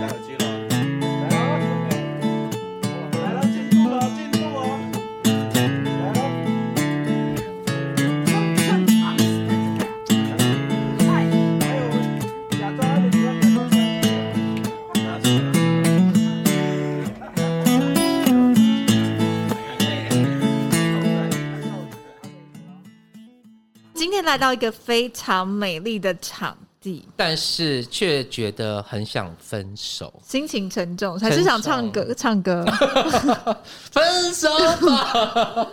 戴耳机了，来了，进步了，进步了，来了。还有假装还得假装假装。今天来到一个非常美丽的场地，但是却觉得很想分手，心情沉重，还是想唱歌，唱 歌，分手吧！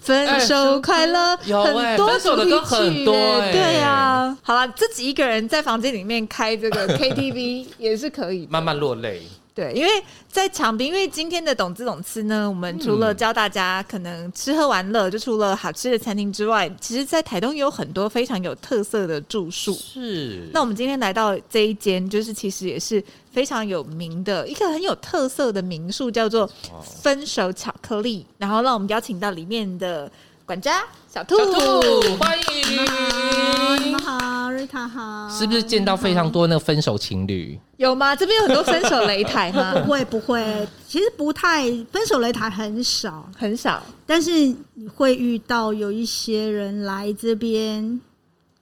分手快乐，有欸很多分手的歌主题曲很多欸对呀、啊，好啦，自己一个人在房间里面开这 个 KTV 也是可以的，慢慢落泪，对，因为在场边，因为今天的懂之懂吃呢，我们除嗯了教大家可能吃喝玩乐，就除了好吃的餐厅之外，其实，在台东也有很多非常有特色的住宿。是那我们今天来到这一间，就是其实也是非常有名的一个很有特色的民宿，叫做“分手巧克力”。然后让我们邀请到里面的管家小兔。小兔欢你迎们。好，瑞塔好。是不是见到非常多那个分手情侣？有吗？这边有很多分手擂台吗？ 不会不会，其实不太分手擂台很少，很少。但是你会遇到有一些人来这边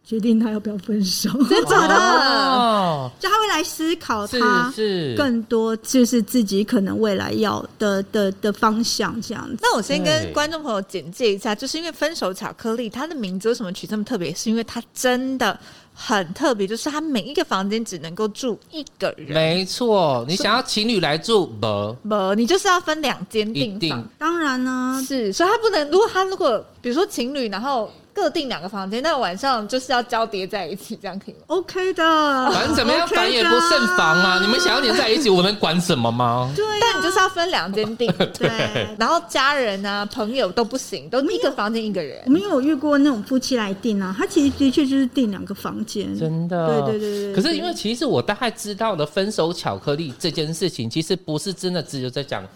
决定他要不要分手，真的假的？哦，就他会来思考是他是，更多就是自己可能未来要的的的方向这样子。那我先跟对观众朋友简介一下，就是因为《分手巧克力》它的名字为什么取这么特别，是因为它真的很特别，就是它每一个房间只能够住一个人，没错。你想要情侣来住不？不，你就是要分两间一订定房，当然呢，是，所以它不能，如果他如果比如说情侣，然后各订两个房间，那晚上就是要交叠在一起，这样可 以吗？ OK 的，反正怎么 样， OK 的反也不胜防啊！你们想要黏在一起，我能管什么吗？对啊，但你就是要分两间 订，对。然后家人啊、朋友都不行，嗯都一个房间一个人我。们有遇过那种夫妻来订啊，他其实的确就是订两个房间，真的，嗯对对对对可是因为其实我大概知道的分手巧克力这件事情，其实不是真的只有在讲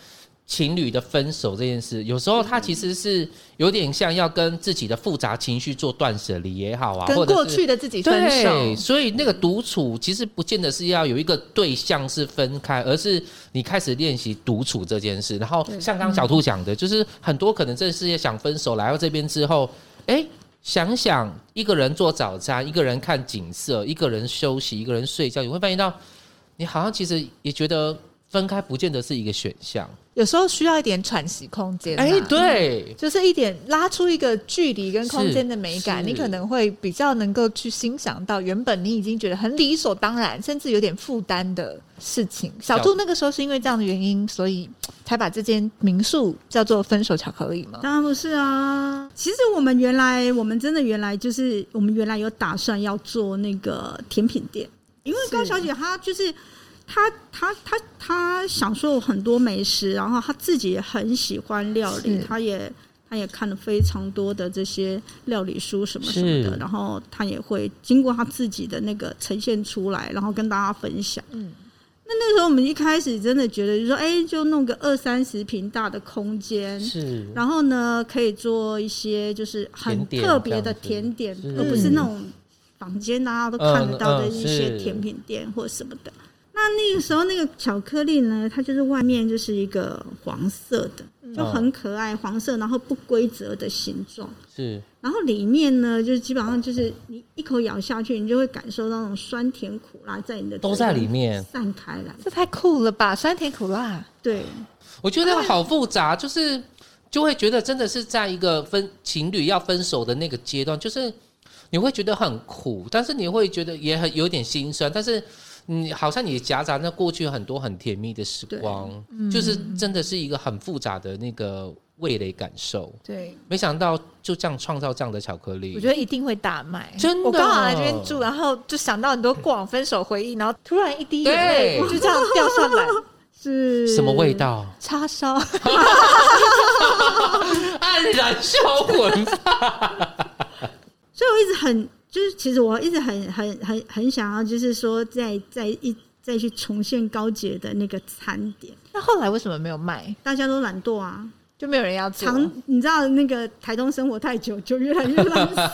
情侣的分手这件事，有时候嗯它其实是有点像要跟自己的复杂情绪做断舍离也好啊，跟或者过是去的自己分手，对，所以那个独处其实不见得是要有一个对象是分开，而是你开始练习独处这件事。然后像刚刚小兔讲的，就是很多可能这世界想分手，来到这边之后，哎、想想一个人做早餐，一个人看景色，一个人休息，一个人睡觉，你会发现到你好像其实也觉得分开不见得是一个选项。有时候需要一点喘息空间、啊。哎、对，就是一点拉出一个距离跟空间的美感，是你可能会比较能够去欣赏到原本你已经觉得很理所当然，甚至有点负担的事情。小兔那个时候是因为这样的原因，所以才把这间民宿叫做“分手巧克力”嘛。当然不是啊，其实我们原来，我们真的原来就是我们原来有打算要做那个甜品店，因为是高小姐她就是她她她她想说很多美食，然后她自己也很喜欢料理是，她也她也看了非常多的这些料理书什么什么是的，然后她也会经过她自己的那个呈现出来，然后跟大家分享。嗯，那那时候我们一开始真的觉得就说，哎、就弄个二三十平大的空间，是然后呢，可以做一些就是很嗯甜点特别的甜点这样，子而不是那种房间大家都看得到的一嗯嗯些是甜品店或什么的。那那个时候那个巧克力呢，它就是外面就是一个黄色嗯的，就很可爱，黄色，然后不规则的形状。是，然后里面呢，就是基本上就是你一口咬下去，你就会感受到那种酸甜苦辣在你的都嘴巴在里面散开来。这太酷了吧！酸甜苦辣，对，我觉得好复杂，就是就会觉得真的是在一个分情侣要分手的那个阶段，就是你会觉得很苦，但是你会觉得也很有点心酸，但是你好像也夹杂那过去很多很甜蜜的时光，就是真的是一个很复杂的那个味蕾感受。对没想到就这样创造这样的巧克力，我觉得一定会大卖。真的我刚好来这边住，然后就想到很多过往分手回忆，然后突然一滴眼泪对就这样掉下来，是什么 味？道？叉烧。黯然销魂。所以我一直很就是，其实我一直很很很很想要，就是说再再一再去重现高姐的那个餐点，那后来为什么没有卖？大家都懒惰啊，就没有人要做，长，你知道那个台东生活太久，就越来越懒散，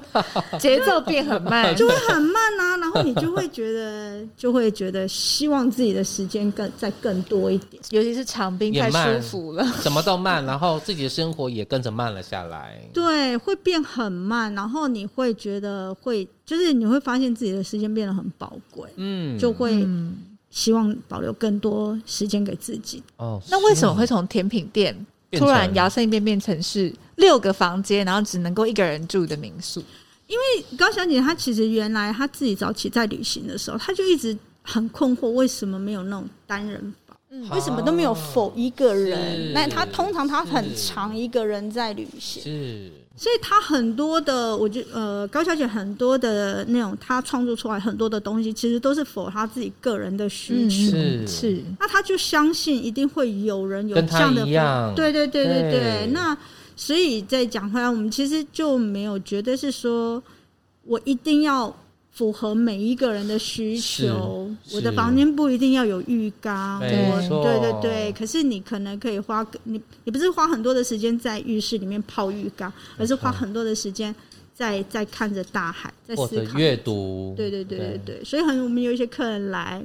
节奏变很慢，就会很慢啊。然后你就会觉得，就会觉得希望自己的时间更再更多一点。尤其是长兵也太舒慢嗯服了。什么都慢，然后自己的生活也跟着慢了下来。对，会变很慢，然后你会觉得会，就是你会发现自己的时间变得很宝贵，嗯，就会嗯，希望保留更多时间给自己。哦，那为什么会从甜品店变突成然摇身一变变成是六个房间，然后只能够一个人住的民宿？高小姐她其实原来她自己早起在旅行的时候，她就一直很困惑，为什么没有那种单人房？嗯好为什么都没有否一个啊是人？那她通常她很是常一个人在旅行，是所以她很多的，我觉呃，高小姐很多的那种她创作出来很多的东西，其实都是否她自己个人的需求。是嗯是，那他就相信一定会有人有跟这他样的一样？对对对对对。嗯对那所以再讲回来，我们其实就没有绝对是说我一定要符合每一个人的需求，是我的是房间不一定要有浴缸，没我错对对对。可是你可能可以花你你不是花很多的时间在浴室里面泡浴缸，而是花没错很多的时间在在看着大海，在或思者考阅读，对对对对对，所以很我们有一些客人来，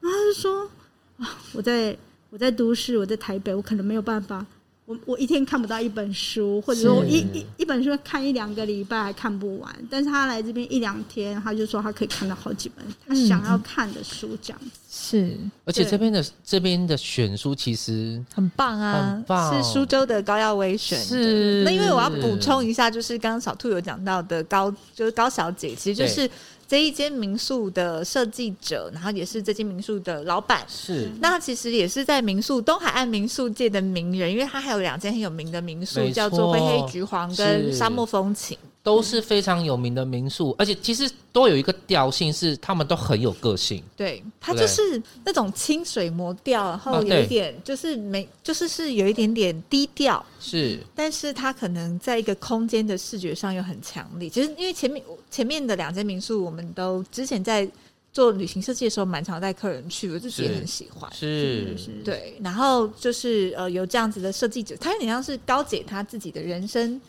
然后他就说啊，我在我在都市，我在台北，我可能没有办法，我我一天看不到一本书，或者说我一是一一本书看一两个礼拜还看不完，但是他来这边一两天，他就说他可以看到好几本他嗯想要看的书，这样子。是而且对这边的这边的选书其实很棒啊，很棒是苏州的高耀威选的。是那因为我要补充一下，就是刚刚小兔有讲到的高，就是高小姐，其实就是这一间民宿的设计者，然后也是这间民宿的老板。是那她其实也是在民宿东海岸民宿界的名人，因为她还有两间很有名的民宿没，错叫做灰黑橘黄跟是沙漠风情。都是非常有名的民宿，而且其实都有一个调性是他们都很有个性，对，它就是那种清水磨掉，然啊后有对一点就是没，就是是有一点点低调，是但是它可能在一个空间的视觉上又很强烈。其实因为前面前面的两间民宿，我们都之前在做旅行设计的时候，蛮常带客人去，我自己也是很喜欢。是是对，然后就是呃，有这样子的设计者，他有点像是高姐她自己的人生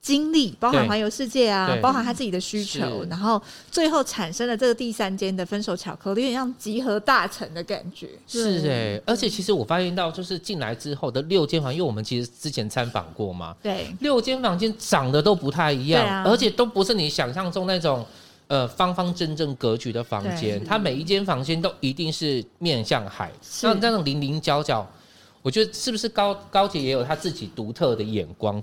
经历，包含对环游世界啊对，包含她自己的需求是，然后最后产生了这个第三间的分手巧克力，有点像集合大成的感觉。是哎、对而且其实我发现到就是进来之后的六间房，因为我们其实之前参访过嘛，对，六间房间长得都不太一样，对啊而且都不是你想象中那种呃方方正正格局的房间，它每一间房间都一定是面向海，是那那种零零角角，我觉得是不是高高姐也有她自己独特的眼光？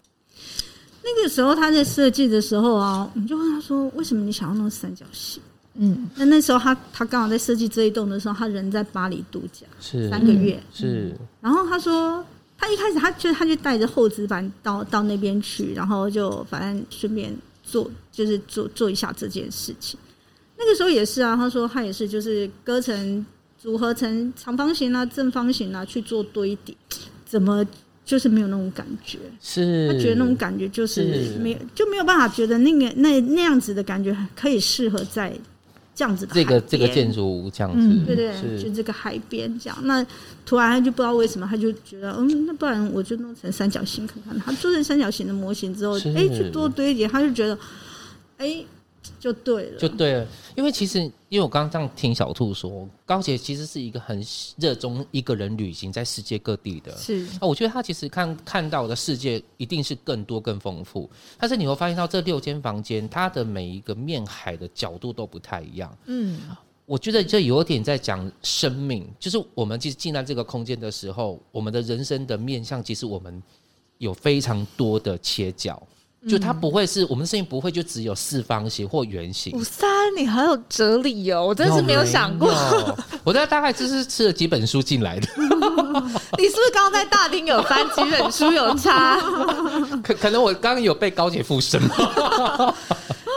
那个时候他在设计的时候啊，我们就问他说，为什么你想要弄三角形？嗯，那那时候他他刚好在设计这一栋的时候，他人在巴黎度假是三个月，是然后他说，他一开始他就他就带着厚纸板到到那边去，然后就反正顺便做就是做做一下这件事情。那个时候也是啊，他说他也是就是割成组合成长方形啊、正方形啊去做堆叠，怎么就是没有那种感觉？是，他觉得那种感觉就是是没有就没有办法觉得那个那那样子的感觉可以适合在这样子的这个海这个边建筑物这样子，嗯对对，是就这个海边这样。那突然他就不知道为什么，他就觉得，嗯，那不然我就弄成三角形看看。他做成三角形的模型之后是，哎，去多堆一点，他就觉得，哎，就对了。就对了，因为其实因为我刚刚这样听小兔说，高姐其实是一个很热衷一个人旅行在世界各地的。是啊，我觉得她其实看看到的世界一定是更多更丰富，但是你会发现到这六间房间，它的每一个面海的角度都不太一样。嗯，我觉得这有点在讲生命，就是我们其实进来这个空间的时候，我们的人生的面向，其实我们有非常多的切角，就它不会是、我们的事情不会就只有四方形或圆形五。三，你好有哲理哦！我真的是没有想过，有。 我在大概就是吃了几本书进来的， 你是不是刚刚在大厅有翻几本书有差？可可能我刚刚有被高姐附身 吧。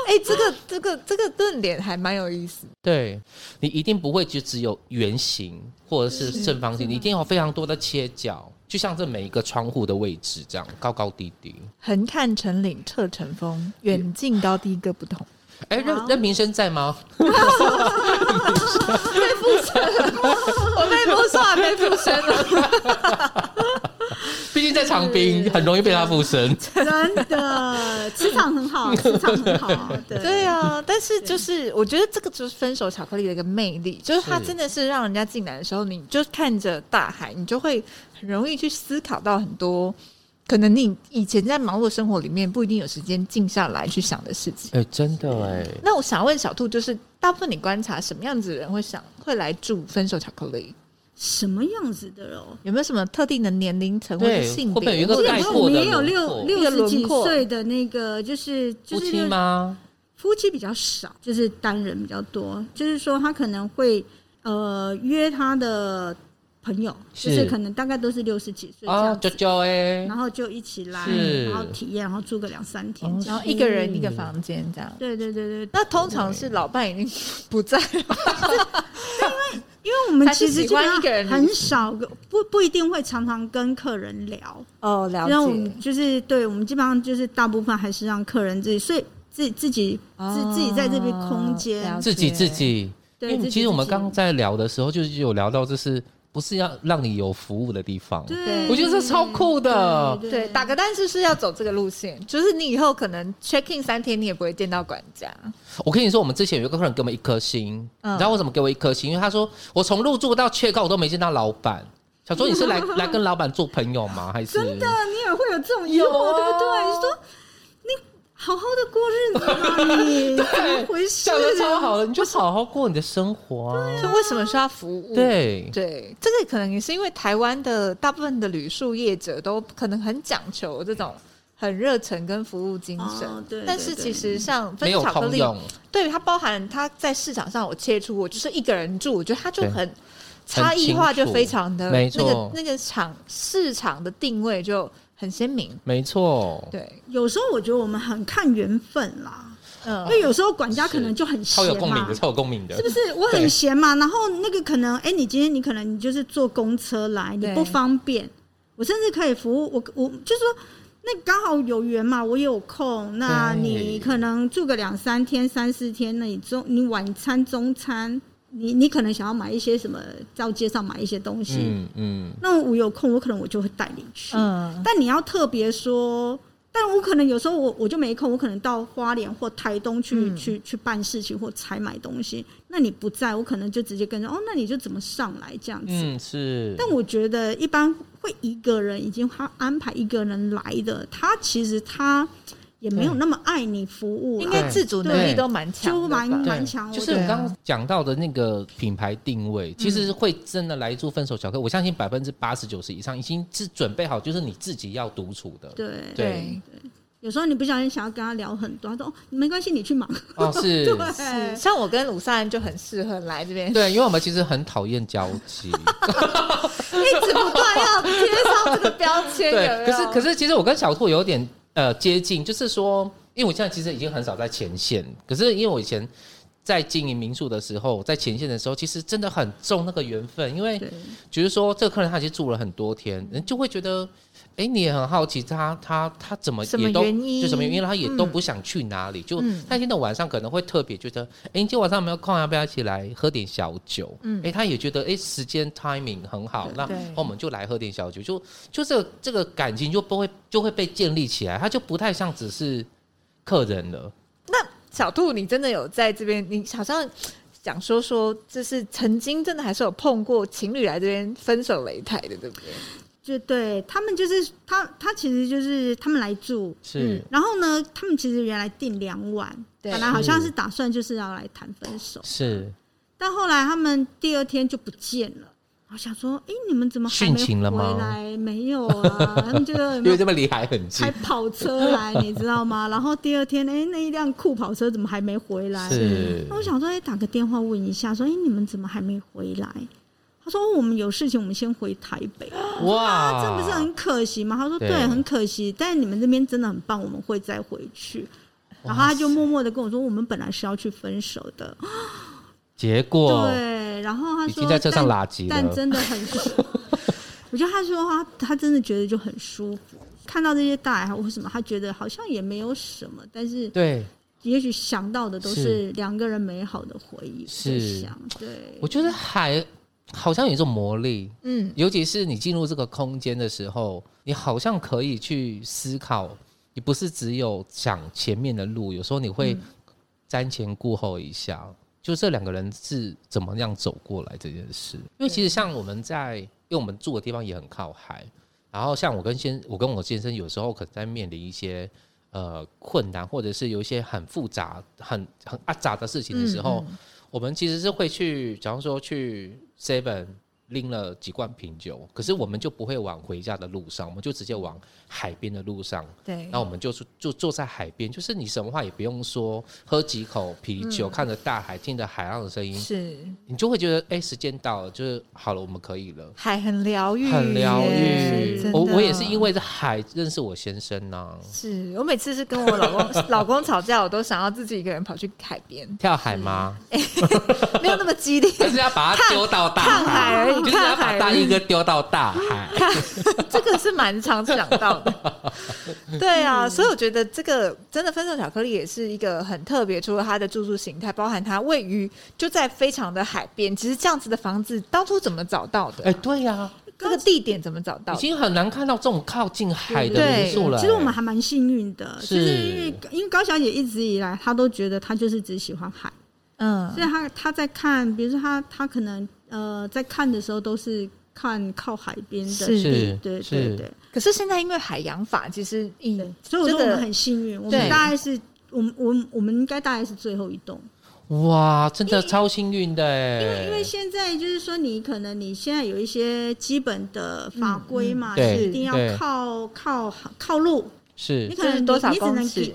哎、这个这个这个论点还蛮有意思。对你一定不会就只有圆形或者是正方啊形，你一定有非常多的切角，就像这每一个窗户的位置这样高高低低。横看成岭侧成峰，远近高低各不同。哎，任好任明生在吗？我被魔术还被附身了。毕近在长滨，很容易被他附 身。真的磁场很好，磁场 很好，对对啊，但是就是我觉得这个就是分手巧克力的一个魅力，就是它是真的是让人家进来的时候，你就看着大海，你就会很容易去思考到很多可能你以前在忙碌的生活里面不一定有时间静下来去想的事情。哎、真的哎、那我想问小兔，就是大部分你观察什么样子的人会想会来住分手巧克力？什么样子的哦？有没有什么特定的年龄层或者对性会不会有别？一个或者概概括我括们的也有六轮廓六一十几个轮廓岁的那个，就是夫就是妻六吗？夫妻比较少，就是单人比较多。就是说，他可能会呃约他的朋友，就是是可能大概都是六十几岁这哦啊，啾样子，啾哎然，后就一起来，是然后体验，然后住个两三天哦这然样。后一个人一个房间这样。对对对对，那通常是老伴已经不在了，因为我们还是其实喜基欢本上一个人旅很行少个不不一定会常常跟客人聊，哦，了让我们就是对我们基本上就是大部分还是让客人自己，所以自自己自自己在这边空间哦了解自己自己。因对，自为己其实我们自己刚刚在聊的时候，就是有聊到，就是不是要让你有服务的地方。对，我觉得这超酷的对对，打个单是是要走这个路线，就是你以后可能 check in 三天，你也不会见到管家。我跟你说，我们之前有一个客人给我们一颗星，嗯你知道为什么给我一颗星？因为他说我从入住到缺 h 我都没见到老板。小卓，你 是来来跟老板做朋友吗？还是真的，你也会有这种疑有惑，啊对不对？你说你好好的过日子嘛， 你怎么回事想？的超好的，你就好好过你的生活啊。就为什么说要服务？对，啊对，这个可能也是因为台湾的大部分的旅宿业者都可能很讲求这种很热忱跟服务精神，哦对对但是其实像分没有巧克通力，用，对它包含它在市场上我切出，我就是一个人住，我觉得它就对很差异化，就非常的没那个错那个场市场的定位就很鲜明。没错，对，有时候我觉得我们很看缘分啦，嗯因，为有时候管家可能就很超闲有共鸣嘛的，。超有共鸣的 是。不是我很对闲嘛？然后那个可能，哎、你今天你可能你就是坐公车来，你对不方便，我甚至可以服务我，我就是说，那刚好有缘嘛，我有空，那对你可能住个两三天、三四天，那你中你晚餐、中餐，你你可能想要买一些什么，到街上买一些东西，嗯嗯，那我有空，我可能我就会带你去，嗯，但你要特别说，但我可能有时候我我就没空，我可能到花莲或台东去、嗯去去办事情或采买东西。那你不在，我可能就直接跟着哦，那你就怎么上来这样子。嗯是。但我觉得一般会一个人已经他安排一个人来的，他其实他也没有那么爱你服务应啦，该自主能力都蛮强就的吧，蛮对蛮强。就是我我觉对得啊刚刚讲到的那个品牌定位，嗯其实会真的来自分手小克，我相信百分之八十九十以上已经是准备好，就是你自己要独处的。对对对，有时候你不小心想要跟他聊很多，他说哦没关系，你去忙。哦， 是，对是像我跟鲁萨恩就很适合来这边，对，因为我们其实很讨厌交集，一直不断要贴上这个标签， 对有。没可有是可是，其实我跟小兔有点呃接近，就是说，因为我现在其实已经很少在前线，可是因为我以前在经营民宿的时候，在前线的时候，其实真的很重那个缘分，因为对，比如说这个客人他已经住了很多天，人就会觉得，哎、你也很好奇他他他怎么什么也都原因就什么原因，他也都嗯不想去哪里，就嗯那天的晚上可能会特别觉得，哎、你今天晚上有没有空，要不要一起来喝点小酒？嗯哎、他也觉得哎、诶时间 timing 很好，那对我们就来喝点小酒，就就这个这个感情就不会就会被建立起来，他就不太像只是客人了。那小兔，你真的有在这边？你好像想说说，就是曾经真的还是有碰过情侣来这边分手擂台的，对不对？就对他们就是他他其实就是他们来住，是，然后呢，他们其实原来订两晚，对本来好像是打算就是要来谈分手，是但后来他们第二天就不见了。我想说，哎、你们怎么还没殉情了吗回来？没有啊，他们就有因没为有这么离海很近开，跑车来，你知道吗？然后第二天，哎、那一辆酷跑车怎么还没回来？是那我想说，哎、打个电话问一下，说，哎、你们怎么还没回来？他说、哦我们有事情，我们先回台北。哇，这不是很可惜吗？他说啊对对，很可惜，但你们这边真的很棒，我们会再回去。然后他就默默的跟我说，我们本来是要去分手的，结果对。然后他已说经在车上但拉鸡了但真的很舒 服。我觉得他说他他真的觉得就很舒服，看到这些大海或什么，他觉得好像也没有什么，但是对，也许想到的都是是两个人美好的回忆。是我在想对，我觉得海好像有一种魔力，嗯，尤其是你进入这个空间的时候，你好像可以去思考，你不是只有想前面的路，有时候你会瞻前顾后一下，就这两个人是怎么样走过来这件事。因为其实像我们在，因为我们住的地方也很靠海，然后像我跟先，我跟我先生有时候可能在面临一些。呃，困难或者是有一些很复杂、很很阿杂的事情的时候，我们其实是会去，假如说去 Seven 拎了几罐啤酒，可是我们就不会往回家的路上，我们就直接往海边的路上。对那我们就是就坐在海边，就是你什么话也不用说，喝几口啤嗯酒，看着大海，听着海浪的声音，是你就会觉得，哎、时间到了，就是好了，我们可以了。海很疗愈耶，很疗愈真，的我我也是因为这海认识我先生呐、是我每次是跟我老公 老公吵架，我都想要自己一个人跑去海边，跳 海吗？没有那么激烈。但是要把它丢到大看海而已就是看要海把大而已一哥丢到大海。 这个是蛮常想到的， 对嗯啊，所以我觉得这个真的分手巧克力也是一个很特别，除了它的住宿形态，包含它位于就在非常的海边，其实这样子的房子当初怎么找到的？哎、对呀、这个地点怎么找到已的？经很难看到这种靠近海的对民宿了、其实我们还蛮幸运的，是就是因为因为高小姐一直以来她都觉得她就是只喜欢海，嗯所以她她在看，比如说她她可能呃在看的时候都是看靠海边的是地，对是对对可是现在因为海洋法，其实嗯以对，所以我这说个我们很幸运，我对们大概是我们我们我们应该大概是最后一栋。欸哇，真的超幸运的哎！因为因为现在就是说，你可能你现在有一些基本的法规嘛，嗯嗯是对一定对要靠靠靠路，是你可能是你多少你只公能尺离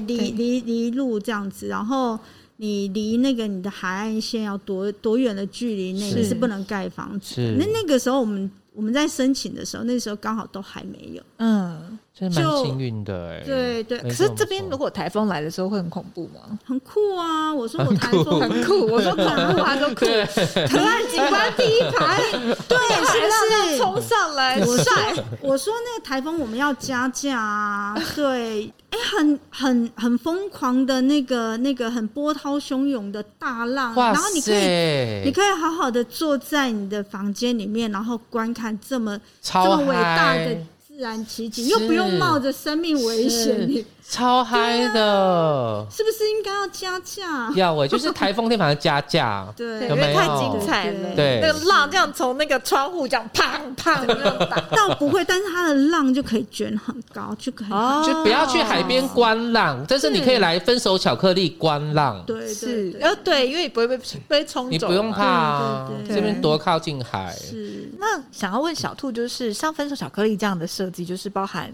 对离离离路这样子，然后你离那个你的海岸线要多多远的距离内是你是不能盖房子是的。那那个时候我们我们在申请的时候，那时候刚好都还没有。嗯，真的蛮幸运的哎。对对没可错是这边没如错果台风来的时候会很恐怖吗？很酷啊！我说我台酷风很酷，我说恐怖， 他说酷，对可爱景观第一排，对，是是不要是冲上来我说晒？我说那个台风我们要加价啊，对，哎、很很很疯狂的那个那个很波涛汹涌的大浪，哇然后你可以塞你可以好好的坐在你的房间里面，然后观看这么这超么伟大的嗨，自然奇景，是又不用冒着生命危是险，你超啊嗨的，是不是应该要加价？，要哎，就是台风天反而加价 对对，有因没为太精彩了，对那个浪这样从那个窗户这样砰砰这样打，倒不会，但是它的浪就可以卷很高，就可以很哦就不要去海边哦观浪，但是你可以来分手巧克力观浪，对对是，对呃，对，因为你不会被被冲你走，不用怕。啊对，对对这边多靠近海，是那想要问小兔，就是像分手巧克力这样的设计，就是包含。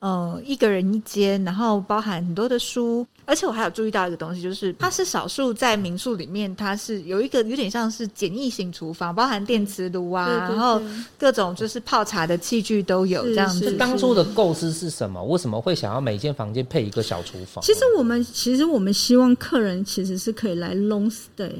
嗯，一个人一间，然后包含很多的书，而且我还有注意到一个东西，就是它是少数在民宿里面，它是有一个有点像是简易型厨房，包含电磁炉啊，对对然后对各种就是泡茶的器具都有是这样是子。当初的构思是什么？为什么会想要每间房间配一个小厨房？其实我们其实我们希望客人其实是可以来 long stay，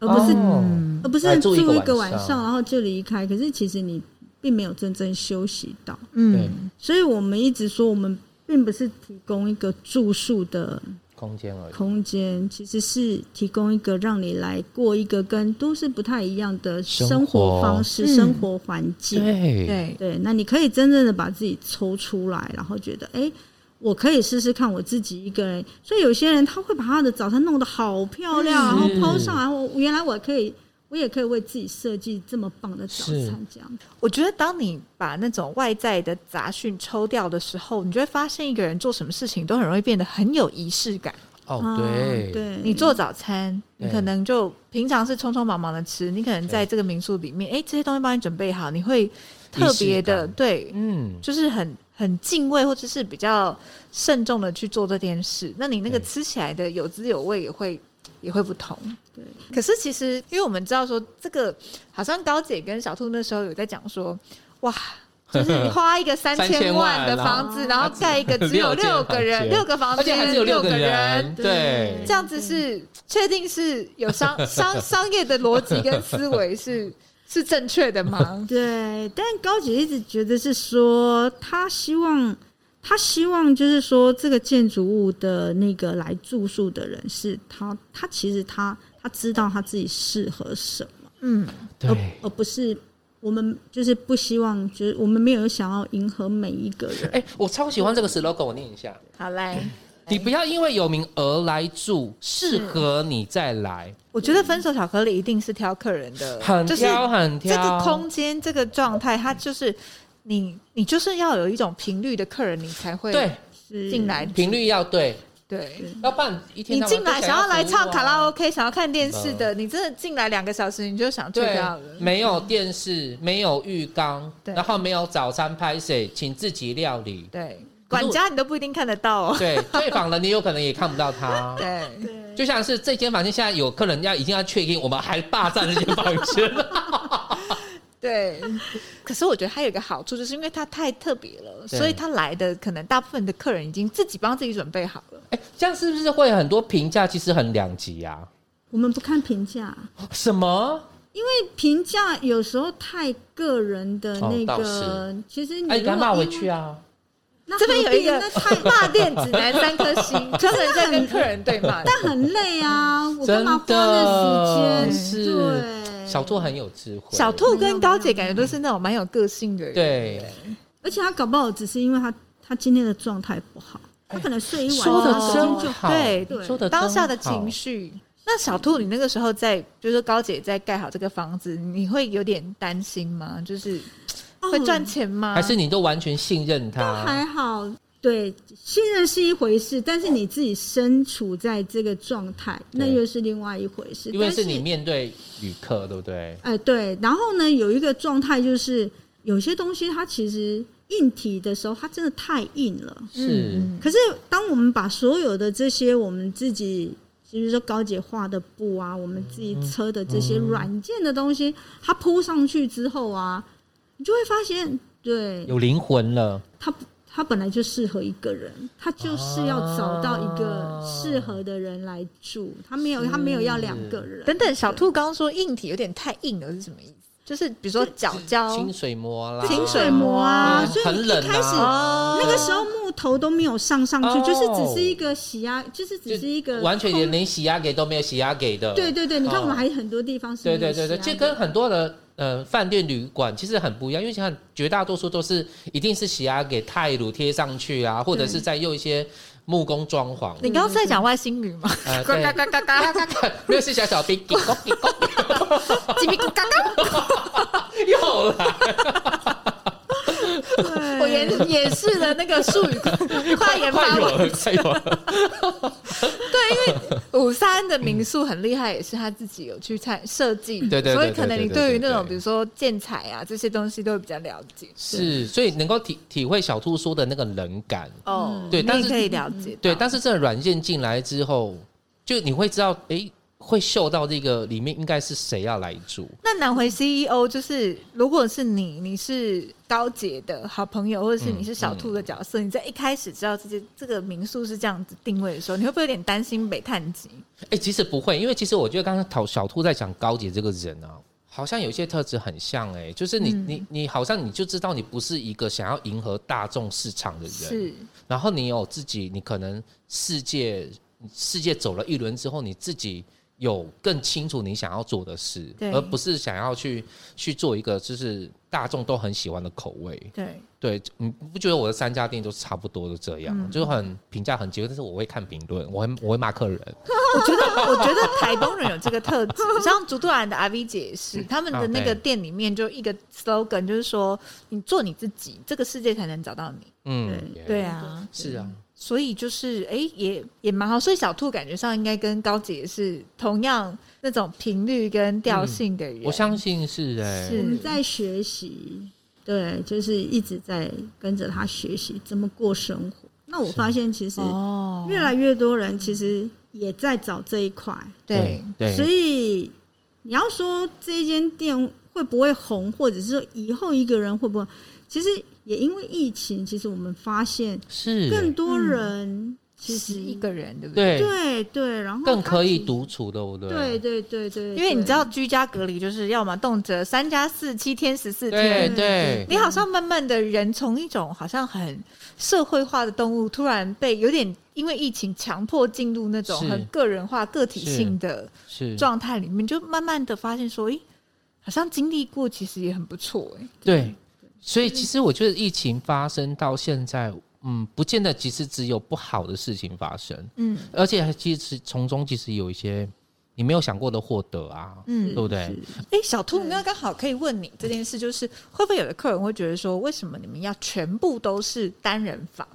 而不是、嗯哦嗯而不来是住一个一个晚晚上上，然后就离开。可是其实你并没有真正休息到，对嗯，所以我们一直说我们并不是提供一个住宿的空间而已。空间，其实是提供一个让你来过一个跟都市不太一样的生生活活方式、嗯生活环境。对，对，对，那你可以真正的把自己抽出来，然后觉得，哎、我可以试试看我自己一个人。所以有些人他会把他的早餐弄得好漂亮，然后是 PO 上来，我原来我可以，我也可以为自己设计这么棒的早是餐，这样我觉得当你把那种外在的杂讯抽掉的时候，你就会发现一个人做什么事情都很容易变得很有仪式感。哦啊，对，对，你做早餐，嗯对你可能就平常是匆匆忙忙的吃，你可能在这个民宿里面，哎、这些东西帮你准备好，你会特别仪式的感对，嗯，就是很很敬畏或者是比较慎重的去做这件事。那你那个对吃起来的有滋有味也会也会不同。对，可是其实，因为我们知道说，这个好像高姐跟小兔那时候有在讲说， 哇。就是你花一个三千万的房子，然然后后盖一个只有六六间个人、房间六个房而且间、还只有六六个个人人，，对对这，样子是确定是有商 商商业的逻辑跟思维是是正确的吗？对，但高姐一直觉得是说，她希望，她希望就是说，这个建筑物的那个来住宿的人是她，她其实她她知道她自己适合什么，嗯，而对。而不是我们就是不希望，就是我们没有想要迎合每一个人。哎、我超喜欢这个 slogan，我念一下：好嘞。你不要因为有名而来住，适合你再来，我觉得分手巧克力一定是挑客人的，很嗯就是挑很这挑。个空间、这个状态，它就是你，你就是要有一种频率的客人，你才会对是进来嗯频率要对，对。要不然一天你到晚进来都想要来服务啊唱卡拉 OK，想要看电视的，你真的进来两个小时，你就想退对掉了，。嗯没有电视，没有浴缸，对然后没有早餐拍谁，请自己料理。对，管家你都不一定看得到哦。对，退房了你有可能也看不到他。对，对就像是这间房间现在有客人要已经要确定，我们还霸占这间房间。 对。可是我觉得它有一个好处，就是因为它太特别了，对所以他来的可能大部分的客人已经自己帮自己准备好了。哎、这样是不是会很多评价其实很两极啊？我们不看评价，什么？因为评价有时候太个人的哦那倒个，是其实你哎、嗯如你敢果骂因回为去啊？那这边有一个何必那太大电 子男三颗星，专门在跟客人对骂。但那很累啊，我干真嘛花那的时是间？对，小兔很有智慧，小兔跟高姐感觉都是那种蛮有个性的人。，嗯对，而且他搞不好只是因为他他今天的状态不好，他可能睡一晚哎说的然后真今天就好，对说的当下的情绪。那小兔，你那个时候在，比如说高姐在盖好这个房子，你会有点担心吗？就是哦会赚钱吗？嗯还是你都完全信任他还？好。对，信任是一回事，但是你自己身处在这个状态，那对又是另外一回事。因为但是你面对旅客，对不对？哎，对，然后呢，有一个状态就是有些东西它其实硬体的时候，它真的太硬了。是，嗯可是当我们把所有的这些我们自己，比如说高姐画的布啊，我们自己车的这些软件的东西，它铺上去之后啊，你就会发现，对有灵魂了，它不它本来就适合一个人，它就是要找到一个适合的人来住，它没有它没有要两个人。等等，小兔刚刚说硬体有点太硬了是什么意思？就是比如说角胶清水膜啦，清水水膜啊，嗯所以很一冷开始啊哦那个时候木头都没有上上去，哦就是只是一个洗压，就是只是一个完全空连连洗牙给都没有洗牙给的，对对对，你看哦我们还有很多地方是对没对有啊对对，洗这压跟的很多的呃饭店旅馆其实很不一样，因为像绝大多数都是一定是洗牙给泰鲁贴上去啊，或者是再用一些木工装潢，你刚刚是在讲外星语 吗？呃，嘎嘎对，嘎嘎嘎嘎嘎，没有是小小兵，叽咕叽咕叽咪咕嘎嘎。又来，对我演演示了那个术语快研 快发有文了，快有了，五三的民宿很厉害，也是他自己有去参设计的，对对对所以可能你对于那对对对种对比如说建材啊这些东西都会比较了解是，所以能够体体会小兔说的那个冷感，哦。对你但也是嗯可以了解到，对，但是这个软件进来之后，就你会知道，诶，会嗅到这个里面应该是谁要来住，那南回 CEO 就是，如果是你，你是高姐的好朋友，或者是嗯你是小兔的角色，你在一开始知道这些这个民宿是这样子定位的时候，你会不会有点担心北探集？哎、其实不会，因为其实我觉得刚刚讨小兔在讲高姐这个人啊，好像有些特质很像哎、就是你、嗯你你好像你就知道你不是一个想要迎合大众市场的人，是然后你有自己，你可能世界世界走了一轮之后，你自己有更清楚你想要做的事，对而不是想要去去做一个就是大众都很喜欢的口味。对，对，你不觉得我的三家店都差不多都这样，嗯就是很评价很结但是我会看评论，我会我会骂客人。我觉得，我觉得台东人有这个特质，像竹渡兰的阿 V 姐也是，他们的那个啊对店里面就一个 slogan，就是说你做你自己，这个世界才能找到你。嗯，对啊，是啊，所以就是哎、诶也也蛮好。所以小兔感觉上应该跟高姐也是同样那种频率跟调性的人。嗯我相信是哎、是我们在学习，对，就是一直在跟着他学习怎么过生活。那我发现其实哦，越来越多人其实也在找这一块，对对，所以你要说这一间店会不会红，或者是说以后一个人会不会，其实也因为疫情，其实我们发现是更多人其其实实嗯一个人对不对？对对对，然后更他可以其独处的，对不对对对因对，为你对知道居家隔离就是要么动辄三加四七天十四对天，对你好像慢慢的人从一种好像很社会化的动物，突然被有点因为疫情强迫进入那种是很个人化、个体性的是状态里面，就慢慢的发现说，诶，好像经历过，其实也很不错哎、对，所以其实我觉得疫情发生到现在，嗯，不见得其实只有不好的事情发生，嗯而且其实从中其实有一些你没有想过的获得啊，对嗯，不对？是哎、小兔，那刚好可以问你这件事，就是会不会有的客人会觉得说，为什么你们要全部都是单人房？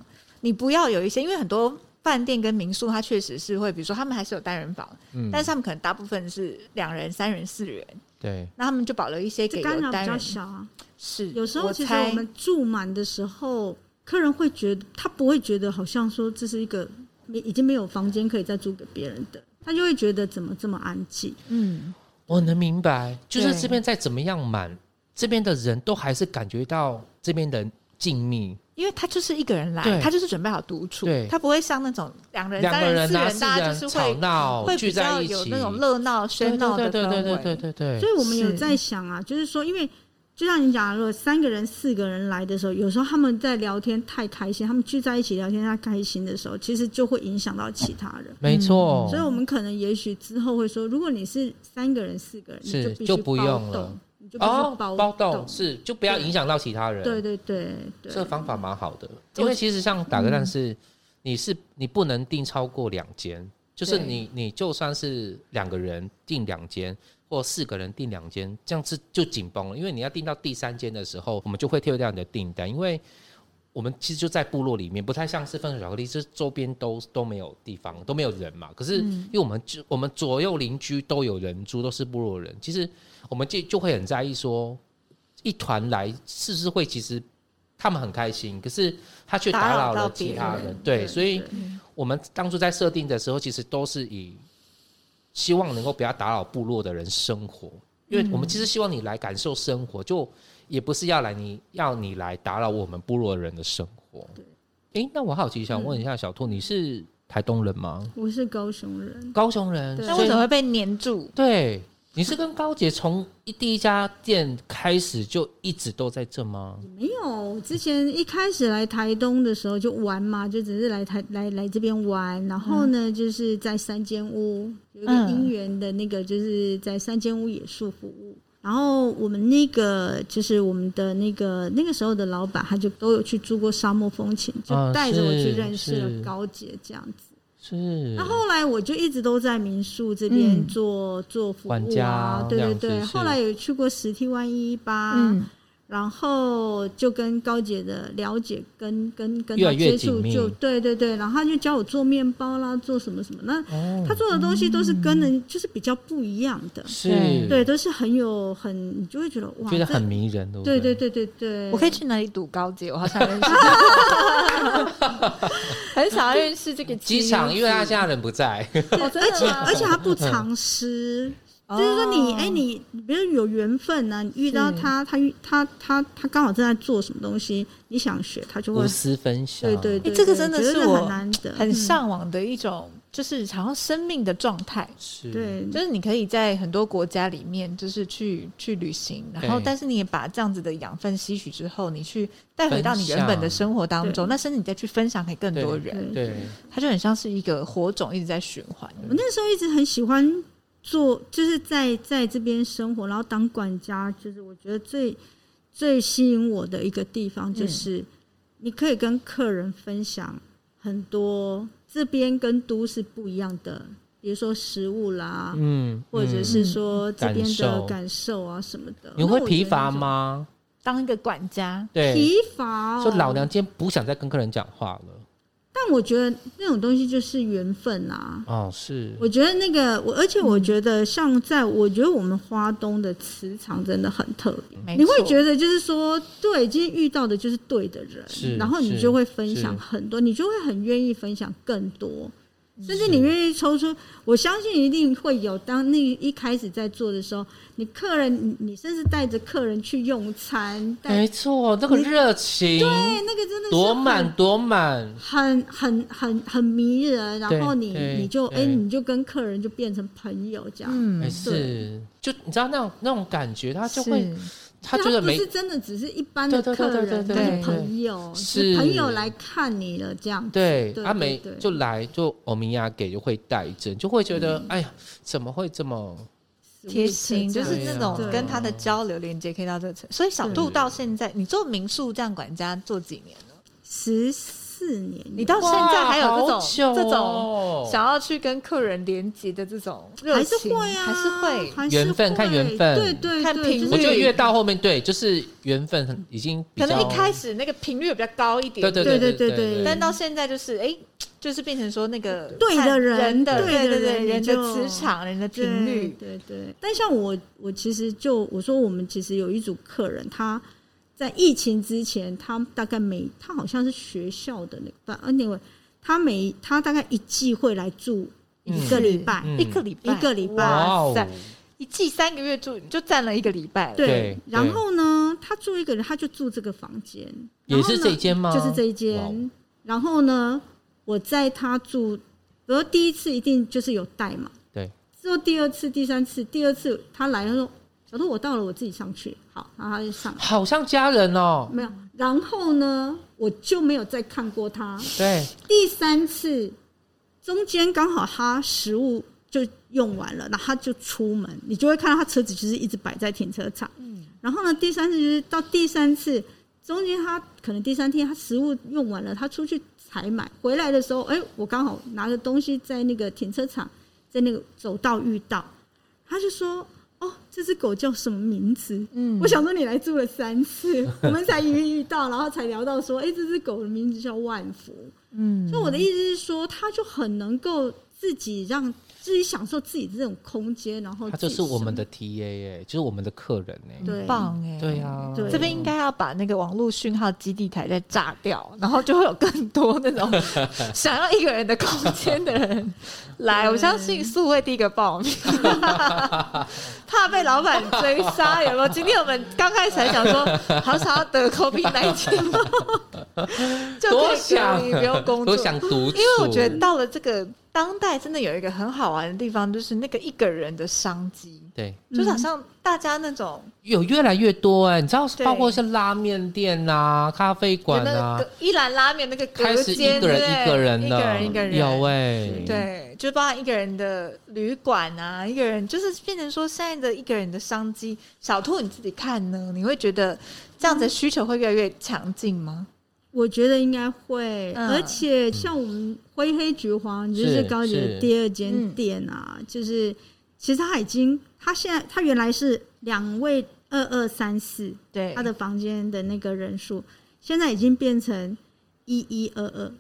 你不要有一些，因为很多饭店跟民宿，它确实是会，比如说他们还是有单人房，嗯，但是他们可能大部分是两人、三人、四人，对，那他们就保留一些给这有干扰比单较人。小啊。是，有时候我其实猜我们住满的时候，客人会觉得他不会觉得好像说这是一个没已经没有房间可以再租给别人的，他就会觉得怎么这么安静。嗯，我能明白，就是对这边再怎么样满，这边的人都还是感觉到这边的静谧，因为他就是一个人来对，他就是准备好独处对，他不会像那种两人、两三个人、人四啊、人，四大家人就是吵会闹会聚比在较一起，有那种热闹喧对闹对的对氛围。对嗯对对对对所以我们有是在想啊，就是说，因为就像你讲的，如果三个人、四个人来的时候，有时候他们在聊天太开心，他们聚在一起聊天太开心的时候，其实就会影响到其他人。没错。所以，我们可能也许之后会说，如果你是三个人、四个人，你是必须就不用包栋了，你就必须哦，包包栋动，是就不要影响到其他人。对对对对，这个方法蛮好的，因为其实像打个蛋是，你是你不能订超过两间，就是对你你就算是两个人订两间。或四个人订两间，这样子就紧绷了，因为你要订到第三间的时候，我们就会退掉你的订单，因为我们其实就在部落里面，不太像是分手巧克力，就是周边都都没有地方，都没有人嘛。可是因为我们就我们左右邻居都有人住，都是部落人，其实我们就就会很在意说，一团来是不是会其实他们很开心，可是他却打扰了其他打扰到别人人。对，所以对我们当初在设定的时候，其实都是以希望能够不要打扰部落的人生活，因为我们其实希望你来感受生活，就也不是要来你要你来打扰我们部落人的生活。诶，那我好奇想问一下小兔，你是台东人吗？我是高雄人，高雄人，对那所为以什么会被黏住？对，你是跟高姐从一第一家店开始就一直都在这吗？没有之前一开始来台东的时候就玩嘛，就只是来台来来这边玩，然后嗯呢、就是在三间屋有一个嗯姻缘的那个，就是在三间屋野树服务。然后我们那个就是我们的那个那个时候的老板，他就都有去住过沙漠风情，就啊带着我去是认识是了高姐这样子。是那后来我就一直都在民宿这边嗯做、做服管务家啊，对这对样子对。是后来有去过实体万一吧，嗯，然后就跟高姐的了解跟跟跟越她来越接触紧密就对对对，然后她就教我做面包啦，做什么什么。那哦她做的东西都是跟人就是比较不一样的，是对，，都是很有很你就会觉得哇，觉得这很迷人，对不对对对对对对，我可以去哪里赌高姐？我好想认识， 很想要认识这个妻机子场，因为他现在人不在，哦真的而且吗而且她不藏私。嗯就是说你，哎、你比如有缘分呢、你遇到哦是他，他遇他他他刚好正在做什么东西，你想学，他就会无，私分享，对对对，哎这个对真的觉得是很我难得，很嗯，向往的一种，就是好像生命的状态。是，对，就是你可以在很多国家里面，就是去去旅行，然后对但是你也把这样子的养分吸取之后，你去带回到你分享原本的生活当中，对那甚至你再去分享给更多人，对，它就很像是一个火种一直在循环。我那时候一直很喜欢做，就是在在这边生活，然后当管家，就是我觉得最最吸引我的一个地方，嗯就是你可以跟客人分享很多这边跟都市不一样的，比如说食物啦，嗯，或者是说这边感的受感受啊什么的。嗯你会疲乏？吗？当一个管家，对，疲乏、哦，说老娘今天不想再跟客人讲话了，但我觉得那种东西就是缘分啊。哦，是，我觉得那个我，而且嗯我觉得像在，我觉得我们花东的磁场真的很特别。没你会错觉得就是说，对，今天遇到的就是对的是人，然后你是就会分享是很多，你就会很愿意分享更多，甚至你愿意抽出。我相信一定会有，当那一开始在做的时候，你客人，你你甚至带着客人去用餐，带没错，那个热情对那个真的是哎多很满多满，很很很很迷人，然后你对你就哎、对你就跟客人就变成朋友这样。嗯哎，是，就你知道那种那种感觉，他就是会他觉他得不没是真的只是一般的对对客对对人，对他对是对朋友，是是朋友来看你了这样子。对，对他对没对嗯就来就欧米亚给就会带一阵，就会觉得哎呀，怎么会这么食物贴心，这就样是子那种对跟他的交流连接可以到这个层。所以小杜到现在，你做民宿这样管家做几年了？十四年有，你到现在还有这种、哇好久哦这种想要去跟客人连接的这种热还是情，会啊，还是会。还是缘分会看缘分对对，看对频就是我觉得越到后面，对，就是缘分很已经比可较能一开始那个频率比较高一点，对对对对对对对对但到现在就是哎、就是变成说那个对的看人的对对的对对人人你的就磁场、人的频率，对对对。但像我，我其实就我说，我们其实有一组客人，他在疫情之前，他大概每他好像是学校的那个班，anyway，他每他大概一季会来住一个礼拜，嗯一个礼拜一个礼拜哇哇哦塞，一季三个月住你就占了一个礼拜了，对对。然对后呢，他住一个人，他就住这个房间，也然后是呢这一间吗？就是这一哇哦间。然后呢，我在他住，比如第一次一定就是有带嘛，对。之后第二次、第三次，第二次他来了说：“小杜，我到了，我自己上去。”好，然后他就上，好像家人哦，没有。然后呢，我就没有再看过他。对，第三次中间刚好他食物就用完了，那他就出门，你就会看到他车子就是一直摆在停车场。嗯，然后呢，第三次就是到第三次中间他可能第三天他食物用完了，他出去采买回来的时候，哎、我刚好拿个东西在那个停车场，在那个走道遇到，他就说。哦，这只狗叫什么名字？嗯嗯，我想说你来住了三次，我们才遇遇到，然后才聊到说，哎、这只狗的名字叫万福。嗯，所以我的意思是说，他就很能够自己让自己享受自己这种空间，然后他就自己是我们生的 TA 哎，就是我们的客人哎，对很棒哎，对啊呀，对这边应该要把那个网络讯号基地台再炸掉，然后就会有更多那种 想要一个人的空间的人 来。我相信素会第一个报名，怕被老板追杀，有没有？今天我们刚开始还想说，好想要得 COVID 1 9就可多以隔想离不用工作多。想独处，因为我觉得到了这个当代，真的有一个很好玩的地方，就是那个一个人的商机，对。就是好像大家那种有越来越多哎、你知道，对包括像拉面店啊、咖啡有馆那啊个，隔一兰拉面那个隔开始一间个人对一个人一的，个人一个人有哎、对，就包含一个人的旅馆啊，一个人就是变成说现在的一个人的商机。小兔你自己看呢，你会觉得这样子的需求会越来越强劲吗？我觉得应该会，嗯而且像我们灰黑橘黄就是是高级是的第二嗯间店啊，就是其实他已经，他现在他原来是两位二二三四，对，他的房间的那个人数，现在已经变成一一二二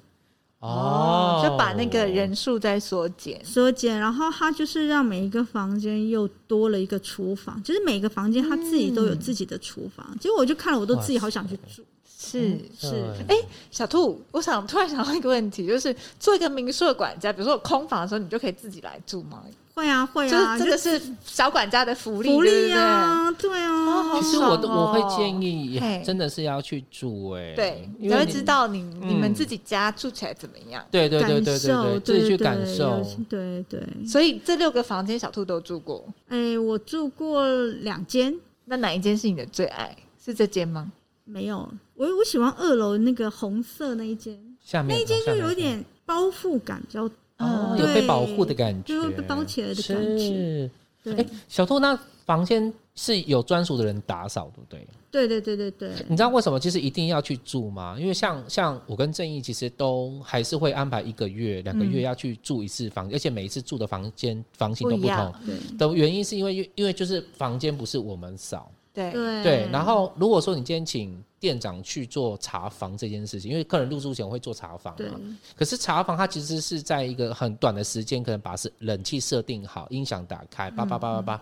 哦，就把那个人数再缩减。缩减，然后他就是让每一个房间又多了一个厨房，就是每个房间他自己都嗯有自己的厨房。结果我就看了，我都自己好想去住。是对是，哎、小兔，我想突然想到一个问题，就是做一个民宿的管家，比如说我空房的时候，你就可以自己来住吗？会啊，会就啊，是这个就是小管家的福利，对不福利对啊，对啊，哦好其实我都爽哦我会建议嘿，真的是要去住哎、对，你因会为知道你你们嗯自己家住起来怎么样。对对对感对受，对对自己去对感受有。些对对。所以这六个房间小兔都住过，哎，我住过两间，那哪一间是你的最爱？是这间吗？没有，我我喜欢二楼那个红色那一间，下面那一间下就面有点包覆感比较，嗯哦，有对被保护的感觉，就是被包起来的感觉。是，对哎，小兔那房间是有专属的人打扫，对不对？对对对对对，你知道为什么就是一定要去住吗？因为像像我跟正义其实都还是会安排一个月、两个月要去住一次房，而且每一次住的房间房型都不不一样同。对的原因是因为因为就是房间不是我们扫，对，对对。然后如果说你今天请店长去做查房这件事情，因为客人入住前会做查房对嘛。可是查房它其实是在一个很短的时间，可能把是冷气设定好，音响打嗯开，叭叭叭叭叭，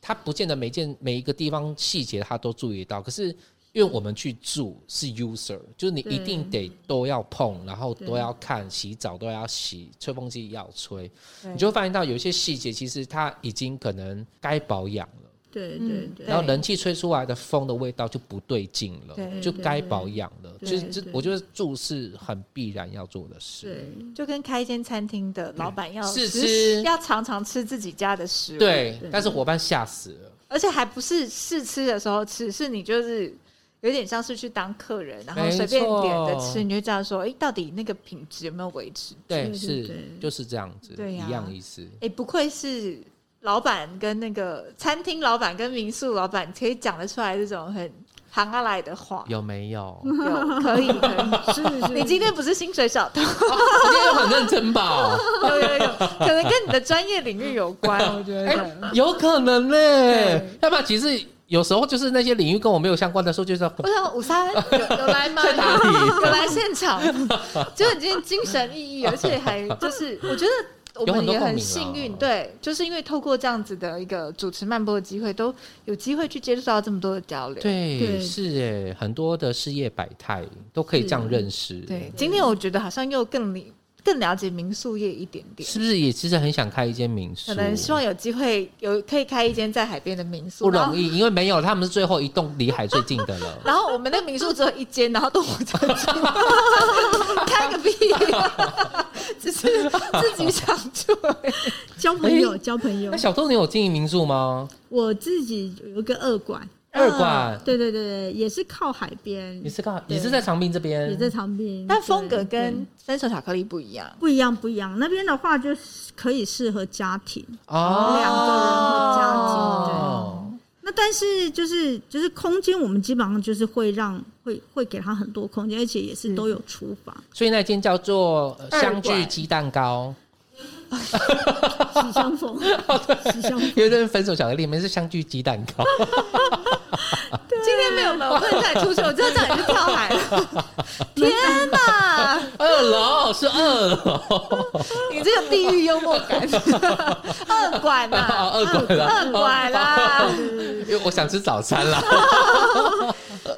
它不见得每件每一个地方细节他都注意到，可是。因为我们去住是 user，就是你一定得都要碰，然后都对要看，洗澡都要洗，吹风机要吹，对你就会发现到有一些细节，其实它已经可能该保养了，对嗯对对然后冷气吹出来的风的味道就不对劲了，对就该保养了。对就是这对，我觉得住是很必然要做的事。对。就跟开一间餐厅的老板要试时吃要常常吃自己家的食物，，对对，但是伙伴吓死了。而且还不是试吃的时候吃，是你就是有点像是去当客人，然后没随便点着错吃，你就知道说，哎、到底那个品质有没有维持？对，对对是对就是这样子，对呀一样意思。哎、不愧是老板跟那个餐厅老板跟民宿老板可以讲得出来这种很行啊来的话，有没有？有可以可以。是是，你今天不是薪水小偷，我今天有很认真吧？有有有，可能跟你的专业领域有关，我觉得。哎有可能呢、对要不然其实有时候就是那些领域跟我没有相关的时候，就是要我想五三有有来吗？在哪里有来现场，就已经精神奕奕，而且还就是我觉得我有很们多也共很鸣啊幸运，对，就是因为透过这样子的一个主持慢播的机会，都有机会去接触到这么多的交流。对，对是哎，很多的事业百态都可以这样认识。对，今天我觉得好像又更理更了解民宿业一点点。是不是也其实很想开一间民宿？可能希望有机会有可以开一间在海边的民宿，不容易，因为没有他们是最后一栋离海最近的 了。然后。然后我们那个民宿只有一间，然后都我在住， 开个屁！ 只是自己想住而 已。交朋友交朋友那。小豆，你有经营民宿吗？我自己有一嗯个二馆，二馆对对对对，也是靠海边你，是刚好对也是在长滨这边，也在长滨，但风格对对跟分手巧克力不一样，不一样不一样，那边的话就是可以适合家庭。哦，两个人会这样子对哦，那但是就是就是空间，我们基本上就是会让会会给他很多空间，而且也是都有厨房，所以那间叫做呃二香馆聚鸡蛋糕，喜相逢，喜相逢。因为这是分手巧克力，里面是香聚鸡蛋糕。今天没有门，我不能再出去，我就叫你去跳海了。 天哪， 二楼是二楼，你这个地狱幽默感， 二馆啊， 二馆啦二馆啊啦。因为我想吃早餐啦。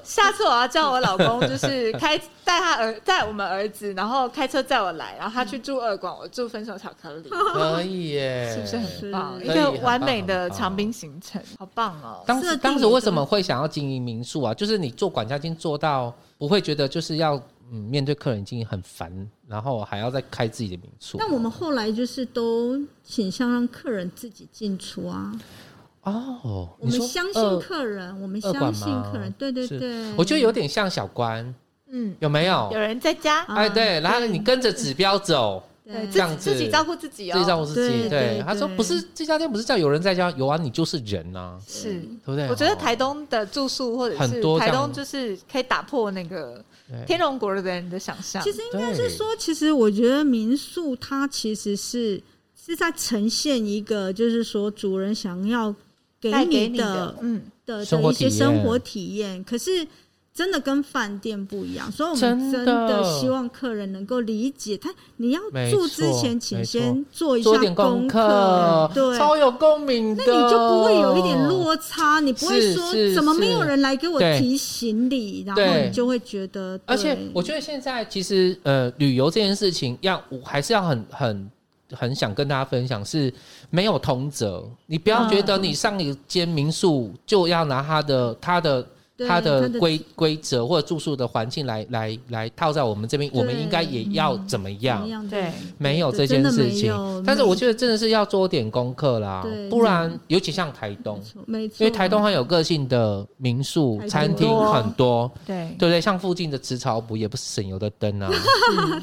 下次我要叫我老公，就是开带他儿带我们儿子，然后开车载我来，然后他去住二馆，我住分手巧克 力，可以耶，是不是很棒？是一可以个很棒完美的很棒长滨行程，好棒哦！当设时定当时为什么会想要经营民宿啊？就是你做管家已经做到啊不会觉得就是要嗯面对客人已经很烦，然后还要再开自己的民宿。但我们后来就是都倾向让客人自己进出啊，哦，我你们说相二信客人，我们二相馆信吗客人，对对是对，我觉得有点像小关，嗯，有没有有？人在家，啊哎，对，然后你跟着指标走，对，这自样己子自己照顾自己自己照哦。顾自己。对对对，他说对不是这家店不是叫有人在家，有啊，你就是人啊，是，对不对？我觉得哦台东的住宿或者很是多这台样东，就是可以打破那个对天龙国的人的想象。其实实应该是说，其实我觉得民宿它其实是是在呈现一个，就是说主人想要给带给你你的的，嗯，的生的活一些体验生活体验，可是真的跟饭店不一样，所以我真们的真的希望客人能够理解。他你要住之没错前，请先做一做下点功课，对。超有共鸣的，那你就不会有一点落差，你不是会说是怎么没是有人来给我对提行李，然后对你就会觉得。而且对我觉得现在其实呃，旅游这件事情要我还是要很很很想跟大家分享，是没有通则，你不要觉得嗯你上一间民宿就要拿它的它的。对它的它的规规则或者住宿的环境来来来套在我们这边，我们应该也要怎么嗯怎样么？样对没有这件事情，但是我觉得真的是要做点功课啦对，不然尤其像台东没，错，没错因为台东很有个性的民宿还、餐挺厅多很多，对，对不对？像附近的池草补也不是省油的灯 啊，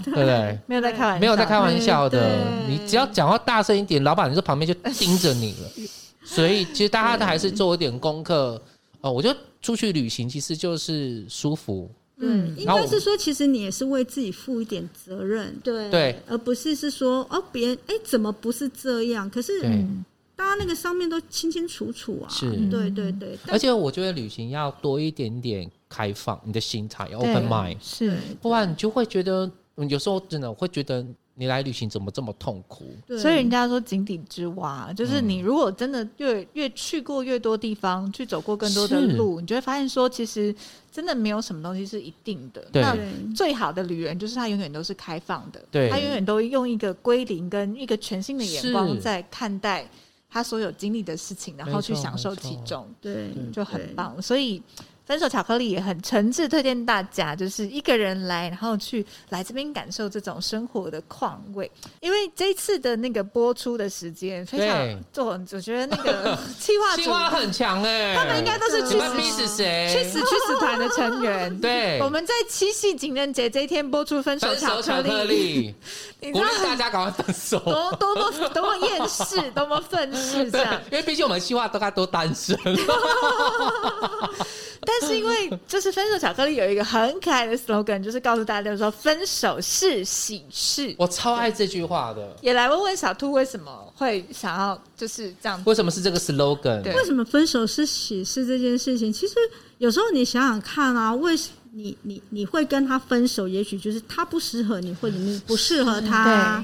对不对？没有在开玩笑，没有在开玩笑的对，你只要讲话大声一点，老板就旁边就盯着你 了。所以其实大家都还是做一点功课哦。我觉得出去旅行其实就是舒服，嗯嗯，应然后该是说，其实你也是为自己负一点责任，嗯对对，而不是是说哦，别人哎怎么不是这样？可是对嗯，大家那个上面都清清楚楚啊，是对对对，而但且我觉得旅行要多一点点开放，你的心态要对 open mind，是不然你就会觉得，嗯有时候真的会觉得你来旅行怎么这么痛苦？对所以人家说井底之蛙，就是嗯你如果真的越越去过越多地方，去走过更多的是路，你就会发现说，其实真的没有什么东西是一定的。对那对最好的旅人就是他永远都是开放的，对他永远都用一个归零跟一个全新的眼光是在看待他所有经历的事情，然后去享受其中，嗯对就很。棒。所以分手巧克力也很诚挚推荐大家，就是一个人来，然后去来这边感受这种生活的况味。因为这一次的那个播出的时间非对常，做我觉得那个 计划计组划很强哎、他们应该都是你去们逼死死谁？去死去死团的成员。对我们在七夕情人节这一天播出《分手分手巧巧克克力》，力，你知鼓道励大家赶快分手。多多么多么厌世，多么愤世这 对样。，因为毕竟我们计划大家都单 身，但是因为就是分手巧克力有一个很可爱的 slogan，就是告诉大家说分手是喜事。我超爱这句话的。也来问问小兔为什么会想要就是这样为什么是这个 slogan？对为什么分手是喜事这件事情？其实有时候你想想看啊，为什你你你会跟他分手，也许就是他不适合你，或者你不适合他啊、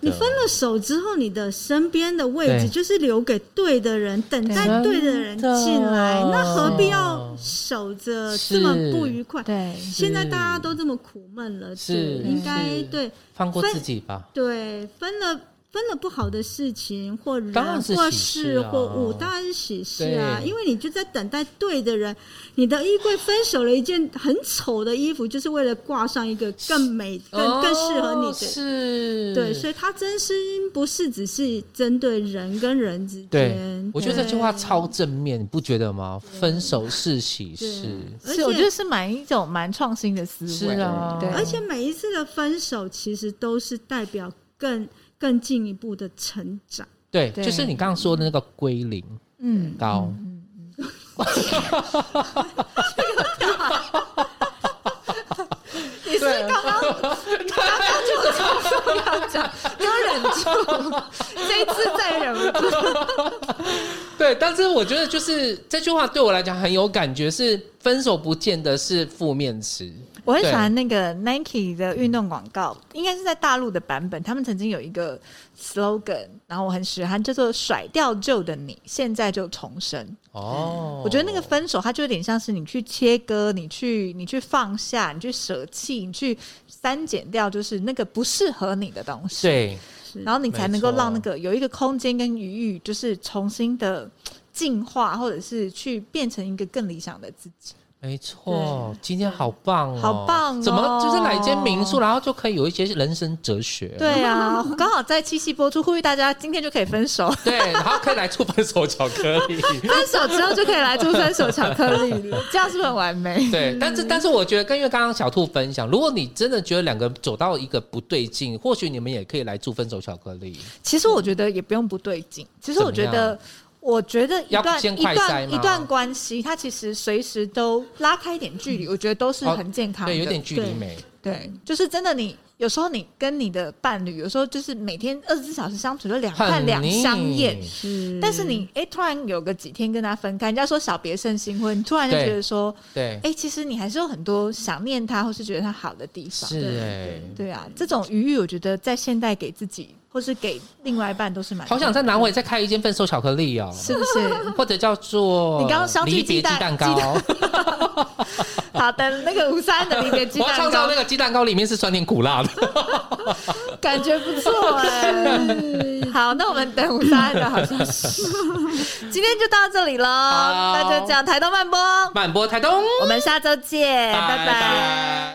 对你分了手之后，你的身边的位置对就是留给对的人，等待对的人进来，真的那何必要守着这么哦是不愉快？对现在大家都这么苦闷了，是对应该是对放过自己吧。对，分了分了不好的事情或人当然是或喜事事啊或物，当然是喜事啊，对因为你就在等待对的人。你的衣柜分手了一件很丑的衣服，就是为了挂上一个更美、更更适合你哦的。是，对，所以他真心不是只是针对人跟人之对间。，我觉得这句对话超正面，你不觉得吗？分手是喜事，而是我且觉得是蛮一种蛮创新的思维，是啊对，而且每一次的分手其实都是代表更更进一步的成长。对，对就是你刚刚说的那个归零嗯，高。 你是刚刚刚刚就说要讲，你要忍住，这一次再忍不住，对，但是我觉得就是这句话对我来讲很有感觉，是分手不见得是负面词。我很喜欢那个 Nike 的运动广告，应该是在大陆的版本。他们曾经有一个 slogan，然后我很喜欢，叫做“甩掉旧的你，现在就重生”哦，我觉得那个分手，它就有点像是你去切割，你去你去放下，你去舍弃，你去删减掉，就是那个不适合你的东西。对，是然后你才能够没错让那个有一个空间跟余裕，就是重新的进化，或者是去变成一个更理想的自己。没错，今天好棒哦，好棒哦怎么就是来一间民宿，然后就可以有一些人生哲学？对啊， 刚好在七夕播出，呼吁大家今天就可以分 手，对，然后可以来出分手巧克 力。分手之后就可以来出分手巧克力 了，这样是不是很完美？对，但是但是我觉得跟因为刚刚小兔分享，如果你真的觉得两个走到一个不对劲，或许你们也可以来祝分手巧克力。其实我觉得也不用不对劲。其实我觉怎么得，我觉得一要段先一快塞段吗一段关系，它其实随时都拉开一点距离，我觉得都是哦很健康的。对，有点距离对美。对，就是真的你，有时候你跟你的伴侣，有时候就是每天二十四小时相处，就两看很两相厌。腻是但是你哎、诶突然有个几天跟他分开，人家说小别胜新婚，你突然就对觉得说，对哎、，其实你还是有很多想念他，或是觉得他好的地方。是对哎，对啊，这种余裕，我觉得在现代给自己或是给另外一半都是蛮好想在南尾再开一间分手巧克力哦，是不是？ 或者叫做你刚刚相聚离别鸡蛋蛋糕鸡，好的，那个吴三的离别鸡我要蛋创造糕那，个鸡蛋糕里面是酸甜苦辣的。 感觉不 错哎、好，那我们等五三的好消 息，今天就到这里喽，好那就讲台东慢播，满播台东，我们下周见，拜拜。拜。